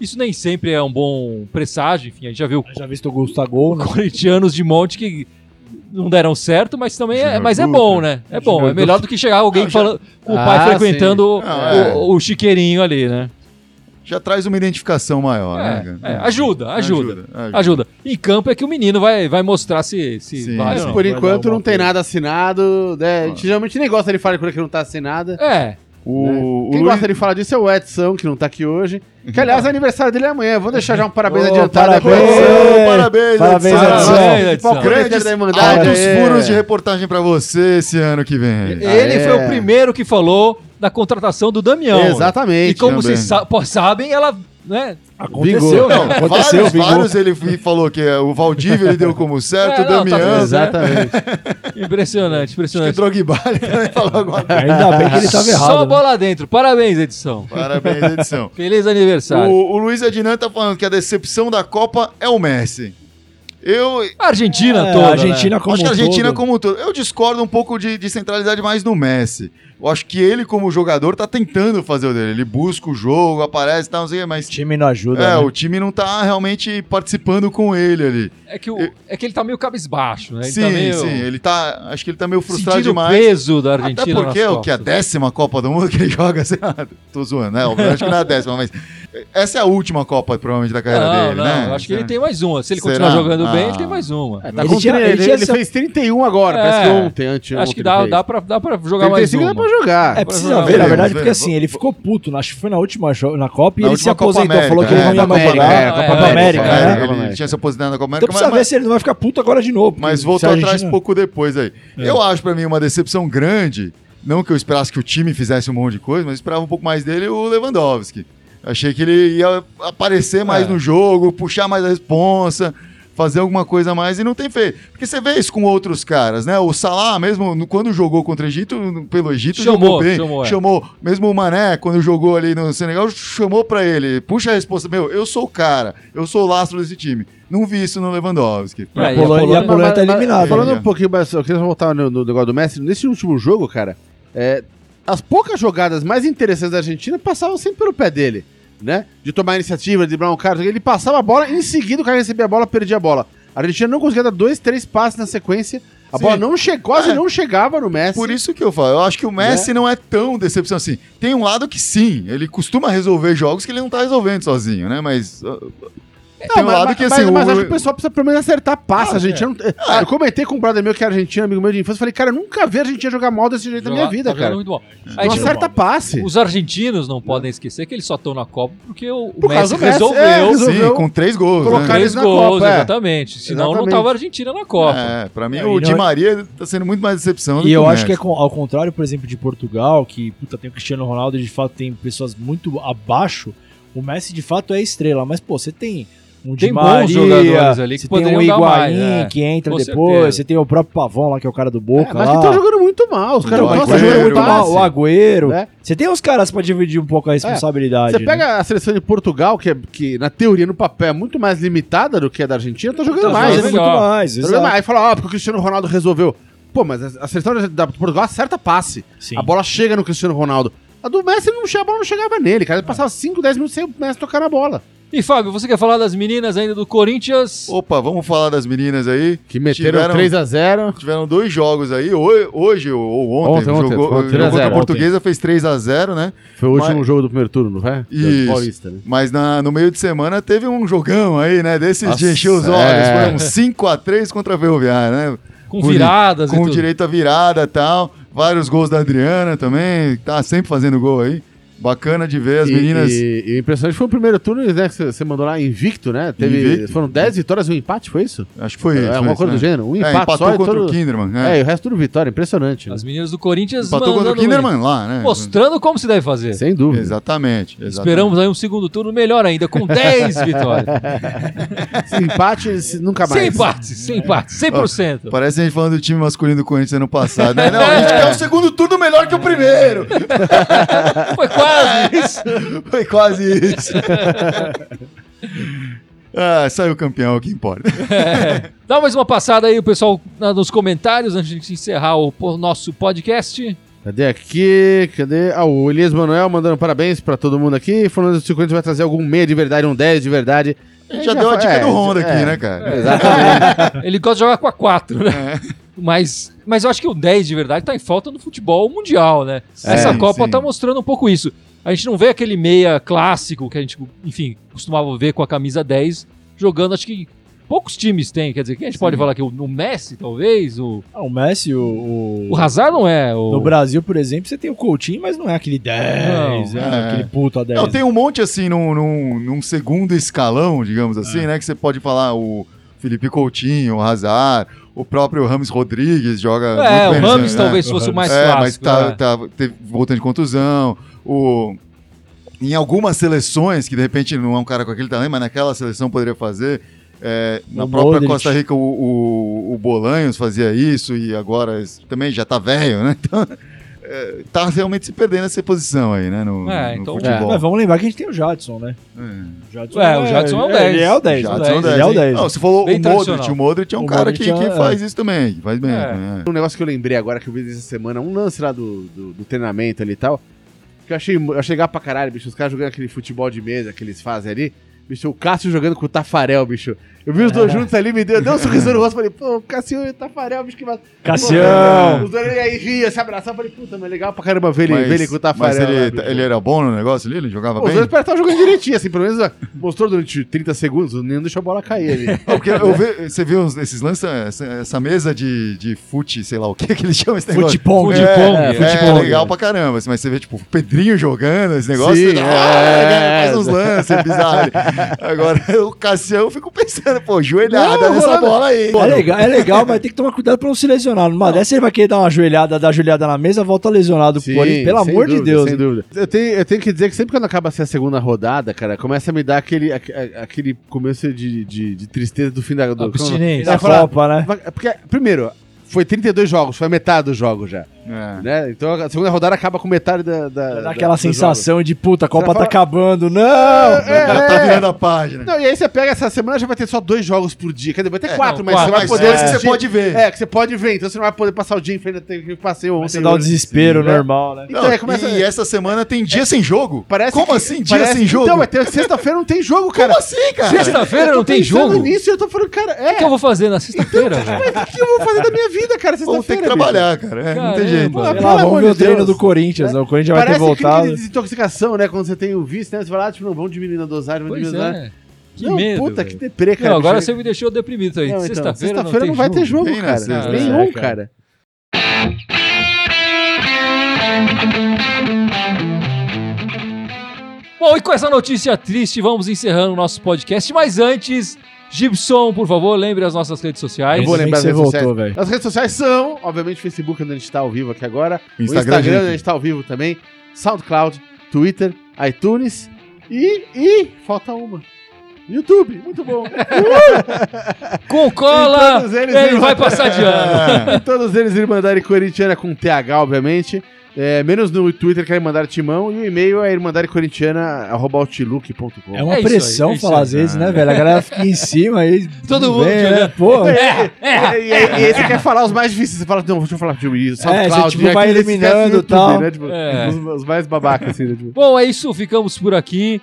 C: Isso nem sempre é um bom presságio, enfim, a gente já viu
B: Já visto o Gustavo, né?
C: corintianos de monte que não deram certo, mas também é,
D: Júnior
C: mas é
D: Dutra.
C: bom, né? É bom, é
B: Júnior
C: melhor do que chegar alguém
D: Não, já-
C: falando com o pai
A: Ah,
C: frequentando
D: sim.
C: o,
D: Ah, é.
C: o- o chiqueirinho ali, né?
D: Já traz uma identificação maior,
C: É,
D: né?
C: é,
D: cara?
C: ajuda, ajuda.
D: ajuda.
C: ajuda. Em campo é que o menino vai, vai mostrar se, se
D: Sim.
C: vai
A: Mas
C: ou não.
A: por
B: Vai dar
A: enquanto
B: alguma
A: não tem
B: coisa.
A: nada assinado. Né? A gente
D: Ah.
A: geralmente nem gosta de falar de coisa que não tá assinada.
C: É,
D: O, o
A: Quem
D: Luiz-
A: gosta de falar disso é o Edson, que não tá aqui hoje. Que, aliás, é aniversário dele amanhã. Vou deixar já um parabéns
B: Ô,
A: adiantado aí pro
B: parabéns,
A: Edson.
D: Ô, parabéns,
B: Parabéns,
D: Edson.
B: Edson.
C: Parabéns, Edson.
A: Grande
D: Grandes
A: da Irmandade.
D: altos
A: aí.
C: É.
D: furos de reportagem pra você esse ano que vem.
C: Ele
A: Ah, é.
C: foi o primeiro que falou da contratação do Damião. E
A: Exatamente.
C: como
D: também.
C: vocês sa- pô, sabem, ela, né?
A: Vingou.
B: Aconteceu,
D: Não,
B: né? Aconteceu,
D: vários,
B: vingou.
D: vários ele f- falou que é, o Valdívia ele deu como certo,
C: É,
D: o
C: não, tá
D: Damião,
C: beleza.
A: Exatamente.
C: Impressionante,
D: acho que o
C: impressionante.
D: Drogba ele também falou agora.
B: Ainda bem que ele tava
C: Só
B: errado. né?
C: bola dentro. Parabéns, edição.
D: Parabéns, edição.
C: Feliz aniversário.
D: O, o Luiz Adnan tá falando que a decepção da Copa é o Messi. Eu
C: A Argentina
B: É,
C: toda. né?
B: a Argentina como
D: acho que a
B: um
D: Argentina
B: todo.
D: como um todo. Eu discordo um pouco de, de centralidade mais no Messi. Eu acho que ele, como jogador, tá tentando fazer o dele. Ele busca o jogo, aparece e tal, não sei o que, mas.
B: O time não ajuda.
D: É,
B: né?
D: o time não tá realmente participando com ele ali.
C: né? É, que o- é que ele tá meio cabisbaixo, né? Ele
D: sim,
C: tá meio
D: sim. Ele tá. Acho que ele tá meio frustrado
C: sentindo o
D: demais.
C: peso da
D: Até
C: Argentina
D: porque
C: nas
D: é o que a
C: costas.
D: décima Copa do Mundo que ele joga, sei lá, tô zoando, né? Obviamente que não é a décima, mas essa é a última Copa, provavelmente, da carreira
C: não,
D: dele,
C: não,
D: né?
C: eu acho que ele tem mais uma. Se ele
D: Será?
C: continuar jogando bem,
D: Ah.
C: ele tem mais uma.
A: É, tá
B: Ele
A: com
B: tinha-
A: 30,
B: ele
A: ele,
B: tinha
A: ele
B: essa-
A: fez 31 agora,
C: É,
A: parece que ontem, antes.
C: Acho que dá, dá, pra, dá pra jogar mais
A: 35
C: uma.
A: dá pra jogar.
B: É, precisa ver, na
D: Veremos,
B: verdade, porque
D: veremos.
B: assim, ele ficou puto, na- acho que foi na última jo- na Copa e
D: Na
B: ele se
D: última Copa
B: aposentou,
D: América,
B: falou que ele
D: é,
B: não ia
D: Copa
B: mais jogar.
A: América,
C: é,
B: Copa
C: Copa
B: América,
A: América,
B: né?
A: é.
D: ele tinha se aposentado na Copa
B: Então
D: América,
B: precisa ver
D: mas,
B: se ele não vai ficar puto agora de novo.
D: mas
B: porque
D: voltou
B: se a
D: atrás um
B: Argentina- É.
D: pouco depois aí. Eu acho, pra mim, uma decepção grande, não que eu esperasse que o time fizesse um monte de coisa, mas eu esperava um pouco mais dele o Lewandowski. Achei que ele ia aparecer mais
C: É.
D: no jogo, puxar mais a responsa, fazer alguma coisa a mais e não tem feito. Porque você vê isso com outros caras, né? O Salah mesmo, no- quando jogou contra o Egito, no- pelo Egito,
C: Chamou,
D: jogou bem.
C: chamou,
D: Chamou,
C: é.
D: Mesmo o Mané, quando jogou ali no Senegal, chamou pra ele. Puxa a responsa. Meu, eu sou o cara, eu sou o lastro desse time. Não vi isso no Lewandowski.
C: É, e a
B: Polônia-
C: Polônia-
B: a Polônia tá eliminada.
A: Falando
D: né?
A: um pouquinho, mas eu queria só voltar no, no negócio do Messi. Nesse último jogo, cara, é, as poucas jogadas mais interessantes da Argentina passavam sempre pelo pé dele, né? De tomar iniciativa, de driblar um cara. Ele passava a bola, em seguida o cara recebia a bola, perdia a bola. A Argentina não conseguia dar dois, três passes na sequência. A
D: Sim.
A: bola não chegou, quase
D: É.
A: não chegava no Messi.
D: Por isso que eu falo, eu acho que o Messi não é tão decepção assim. Tem um lado que sim, ele costuma resolver jogos que ele não tá resolvendo sozinho, né? Mas. uh, tem um lado que assim.
A: mas, mas
D: o-
A: acho que o pessoal precisa pelo menos acertar passa.
C: Ah,
A: a
C: é.
A: Argentina não- Eu comentei com um brother meu que é argentino, amigo meu de infância, falei, cara, eu nunca vi a Argentina jogar mal desse jeito na minha
C: Jogar-
A: vida,
C: tá jogando
A: cara. É.
C: muito bom. A
A: Não
C: gente-
A: acerta passe.
C: os argentinos não podem esquecer que eles só estão na Copa porque o, o
A: Por
C: Messi
A: causa do Messi,
C: resolveu
A: é, resolveu.
D: Sim, com três gols.
A: Colocar
D: Né?
A: ele-
C: três
A: eles na
C: gols,
A: Copa, é.
C: exatamente. Senão
A: Exatamente.
C: não tava a Argentina na Copa.
D: É, pra mim
B: É,
D: o
B: e
D: Di
B: não-
D: Maria tá sendo muito mais decepção do que
B: E eu
D: o
B: acho que é
D: Messi.
B: com- ao contrário, por exemplo, de Portugal, que puta, tem o Cristiano Ronaldo, de fato tem pessoas muito abaixo. O Messi de fato é estrela, mas pô, você tem um
C: Tem
B: Di
C: bons
B: Maria,
C: jogadores ali que
B: você tem
C: poderiam
B: um
C: dar
B: Higuaín
C: mais, né?
B: que entra
C: Com
B: depois,
C: certeza.
B: você tem o próprio Pavão lá que é o cara do Boca
A: É, mas
B: lá.
A: que tá jogando muito mal. Os caras
D: Então,
A: passam
B: Tá jogando
D: Agüero,
B: muito mal, o
A: passe.
B: Agüero.
A: né?
B: Você tem os caras pra dividir um pouco a responsabilidade.
A: É. Você
B: né?
A: pega a seleção de Portugal, que, é- que na teoria, no papel, é muito mais limitada do que a da Argentina, tá jogando
B: Tá
A: mais.
B: fazendo
A: Tá
C: jogando
B: muito
C: melhor.
B: mais.
A: jogando
B: exato.
A: mais. Aí fala, ó, porque o Cristiano Ronaldo resolveu. Pô, mas a a seleção da- da Portugal acerta passe.
B: Sim.
A: A bola chega no Cristiano Ronaldo. A do Messi não chega, a bola não chegava nele, cara. Ele passava 5, 10 minutos sem o Messi tocar na bola.
C: E Fábio, você quer falar das meninas ainda do Corinthians?
D: Opa, vamos falar das meninas aí.
A: Que meteram
D: Tiveram-
A: 3x0.
D: Tiveram dois jogos aí, ho- hoje ou ontem,
A: Ontem, ontem,
D: jogou,
A: foi
D: jogou
A: 3 a 0.
D: contra a
A: Ontem.
D: Portuguesa, fez 3x0, né?
A: Foi o
D: Mas-
A: último jogo do primeiro turno, não é?
D: Isso.
A: Da Paulista, né?
D: Mas na- no meio de semana teve um jogão aí, né? Desses
A: Nossa,
D: de encher os olhos.
A: é.
D: Foi um 5x3 contra a Ferroviária, né?
C: Com viradas e
D: Com
C: tudo.
D: direito à virada e tal. Vários gols da Adriana também. Tá sempre fazendo gol aí. Bacana de ver as
A: e,
D: meninas.
A: E, e o impressionante foi o primeiro turno, né? Que você mandou lá invicto, né? Teve,
D: Invicto.
A: Foram 10 vitórias e um empate, foi isso?
D: Acho que foi isso.
A: é,
D: foi
A: uma
D: isso,
A: coisa
D: né?
A: do gênero. Um
D: É,
A: empate
D: empatou
A: só e
D: contra
A: todo-
D: o Kinderman. né?
A: É, e o resto tudo vitória. Impressionante, né?
C: As meninas do Corinthians
D: empatou contra o
C: mandando-
D: Kinderman lá, né?
C: mostrando como se deve fazer.
A: Sem dúvida.
D: Exatamente, exatamente.
C: Esperamos aí um segundo turno melhor ainda, com 10 vitórias.
A: Esse empate esse nunca mais. É.
C: sem empates, sem empates, 100%.
D: Parece a gente falando do time masculino do Corinthians ano passado. Né? Não, a gente
A: É.
D: quer o segundo turno melhor que o primeiro.
C: Foi quase isso.
D: Foi quase isso. ah, saiu campeão, o que importa.
A: É.
C: É. Dá mais uma passada aí, o pessoal, na- nos comentários, antes de a gente encerrar o po- nosso podcast.
A: Cadê aqui? Cadê? Ah, o Elias Manuel mandando parabéns pra todo mundo aqui. Falando que o Corinthians vai trazer algum meia de verdade, um 10 de verdade.
D: A gente já, deu a
A: fa-
D: dica
A: é,
D: do Honda aqui,
A: é.
D: né, cara?
C: Ele gosta de jogar com a 4, né?
A: É.
C: Mas, mas eu acho que o 10 de verdade tá em falta no futebol mundial, né?
A: É,
D: Sim,
C: Essa Copa
D: sim.
C: tá mostrando um pouco isso. A gente não vê aquele meia clássico que a gente, enfim, costumava ver com a camisa 10 jogando, acho que poucos times têm, quer dizer, quem a gente pode falar aqui? O, o Messi, talvez? O,
B: Ah, o Messi, o. o-
C: o Hazard não é. O,
B: No Brasil, por exemplo, você tem o Coutinho, mas não é aquele 10,
D: Não,
B: é
D: é.
B: aquele puta 10.
D: Não, tem um monte assim num, num, num segundo escalão,
C: É.
D: digamos assim, né? Que você pode falar o Felipe Coutinho, o Hazard, o próprio Ramos Rodrigues joga.
C: é,
D: muito
C: o
D: bem,
C: Ramos
D: né?
C: talvez
B: o
C: fosse o
B: Ramos.
C: mais
D: é,
C: clássico.
D: mas tá,
C: né?
D: tá teve- voltando de contusão. O, em algumas seleções, que de repente não é um cara com aquele talento, mas naquela seleção poderia fazer. é, na
B: O
D: própria
B: Modric.
D: Costa Rica, o, o, o Bolanhos fazia isso e agora esse também já tá velho, né? Então, é, tá realmente se perdendo essa posição aí, né? No,
C: É,
D: no
C: então-
D: futebol.
B: Mas vamos lembrar que a gente tem o Jadson, né? O Jadson
C: É, o Jadson é o 10.
B: Ele é o 10.
C: Jadson
B: né?
C: é o
B: Ele é o 10.
D: Não, você falou
C: Bem
D: o Modric.
C: tradicional.
D: O Modric é um
B: O
D: cara que,
B: Modric é um-
D: que faz isso também. que Faz bem.
C: É.
D: né?
A: Um negócio que eu lembrei agora que eu vi essa semana, um lance lá do, do, do treinamento ali e tal. Que eu achei, eu achei legal pra caralho, bicho. Os caras jogando aquele futebol de mesa que eles fazem ali. Bicho, o Cássio jogando com o Tafarel, bicho. Eu vi os dois
D: É.
A: juntos ali, me deu, deu um sorriso no rosto. Falei, pô, o Cássio e o Tafarel, bicho, que massa.
B: Cassião!
A: Pô, Os dois aí riam, se abraçavam. Falei, puta, mas é legal pra caramba ver ele, ver ele com o Tafarel.
D: mas ele, tá-
A: lá, bicho.
D: ele era bom no negócio ali? Ele jogava
A: Os
D: bem?
A: dois estavam jogando direitinho, assim, pelo menos ó, mostrou durante 30 segundos, nem deixou a bola cair ali.
D: Não, porque eu ve- você viu uns- esses lances, essa, essa mesa de, de fute, sei lá o que que eles chamam esse negócio.
B: Futepong.
A: né?
D: É,
C: Futepong,
D: é,
C: futepong.
D: é legal pra caramba, assim, mas você vê, tipo, o Pedrinho jogando esse negócio,
A: Sim,
D: você-
A: é,
D: ah,
A: é.
D: faz uns lances bizarros. Agora, o Cassião, eu fico pensando, pô, joelhada
B: Não,
D: nessa
B: rolando.
D: bola aí.
B: É legal, é legal, mas tem que tomar cuidado pra não se lesionar. Numa dessa ele vai querer dar uma joelhada, dar joelhada na mesa, volta lesionado.
A: Sim,
B: Sim, pelo
A: sem
B: amor
A: dúvida,
B: de Deus.
A: Sem dúvida. Eu tenho, eu tenho que dizer que sempre quando acaba assim a segunda rodada, cara, começa a me dar aquele, aque- a- aquele começo de, de, de tristeza do fim da. Do,
B: Abstinência.
A: Vai
B: Da
A: falar-
D: É
B: Copa, né?
A: Porque, primeiro, foi 32 jogos, foi a metade dos jogos já.
D: É.
A: Né? Então a segunda rodada acaba com metade da. da
B: Dá
A: da-
B: aquela
A: dos
B: sensação de puta, a Copa
A: Você
B: tá
A: fala-
B: acabando. Não!
A: É,
D: Já tá
A: é.
D: virando a página.
A: jogos. Não, e aí você pega essa semana já vai ter só dois jogos por dia. Quer dizer, vai ter
D: É,
A: quatro,
C: não,
A: mas
C: quatro,
A: você vai
D: mas
A: poder.
D: dois que você
A: assistir-
D: pode ver.
A: É, que você pode ver, então você não vai poder passar o dia em frente que passei ontem.
B: Você dá
D: um
B: o
A: hoje.
B: desespero
A: Sim, né?
B: normal, né?
A: Então,
D: Não,
A: aí começa-
D: E essa semana tem dia sem jogo?
A: Parece
D: Como
A: que-
D: assim, dia
A: parece-
D: sem jogo?
A: Então, mas tem- sexta-feira não tem jogo, cara.
D: Como assim, cara?
C: Sexta-feira
A: Eu tô
C: não tem
A: pensando
C: jogo? O
A: nisso e eu tô falando, cara, Então, é.
C: que eu vou fazer na sexta-feira, velho?
A: O que eu vou fazer da minha vida, cara?
D: Vou ter
A: Sexta-feira.
D: que trabalhar, cara. É, não tem
C: Caramba.
D: jeito.
A: Pô,
B: Sei
A: pelo
B: lá,
A: amor
B: vamos ver
A: de
B: o treino
A: Deus.
B: do Corinthians. né? O Corinthians vai ter
A: Parece
B: voltado.
A: clínica de desintoxicação, né? Quando você tem o vício, né? Você vai lá, tipo, não, vamos diminuir na dosagem, vamos
C: Pois
A: diminuir na dosagem.
C: é. Que
A: não,
C: medo.
A: puta,
C: velho.
A: que deprê, cara.
C: Não, agora
A: Chega-
C: você me deixou deprimido aí.
A: Não, então,
C: Sexta-feira não,
A: sexta-feira não, vai ter jogo,
D: Bem na
A: cara.
D: sexta,
A: Nenhum,
B: né, cara?
A: cara.
C: Bom, e com essa notícia triste, vamos encerrando o nosso podcast. Mas antes, Gibson, por favor, lembre as nossas redes sociais.
B: Eu vou lembrar que você
A: das redes
B: voltou,
A: sociais.
B: velho.
A: As redes sociais são, obviamente, o Facebook, onde a gente tá ao vivo aqui agora.
D: O
A: O Instagram,
D: gente.
A: onde a gente tá ao vivo também. SoundCloud, Twitter, iTunes e... e falta uma. YouTube, muito bom.
C: Com cola,
A: Em todos eles,
C: ele
A: hein?
C: vai passar de ano.
D: É.
A: E todos eles Irmandade Corintiana com TH, obviamente. É, menos no Twitter que é Irmandade Timão. E o e-mail é irmandadecorintiana.com.
B: É uma
C: É isso aí,
B: pressão
C: é isso
B: falar
C: aí.
B: às vezes, né, velho? A galera fica em cima aí.
C: Todo
B: tudo
C: mundo
B: bem, né?
C: olhando.
B: Pô,
A: É,
C: É.
A: E, e, e aí você quer falar os mais difíceis. Você fala, não, deixa eu falar de isso.
B: É,
A: SoundCloud,
B: você, tipo,
A: e aqui
B: vai
A: eles esquecem
B: eliminando
A: o YouTube,
B: tal.
A: né? Tipo,
C: É.
A: os, os mais babacas, assim, né? Tipo,
C: Bom, é isso. Ficamos por aqui.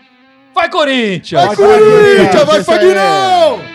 C: Vai, Corinthians!
D: Vai, Corinthians! Vai,
A: Isso aí.
D: Fagnão!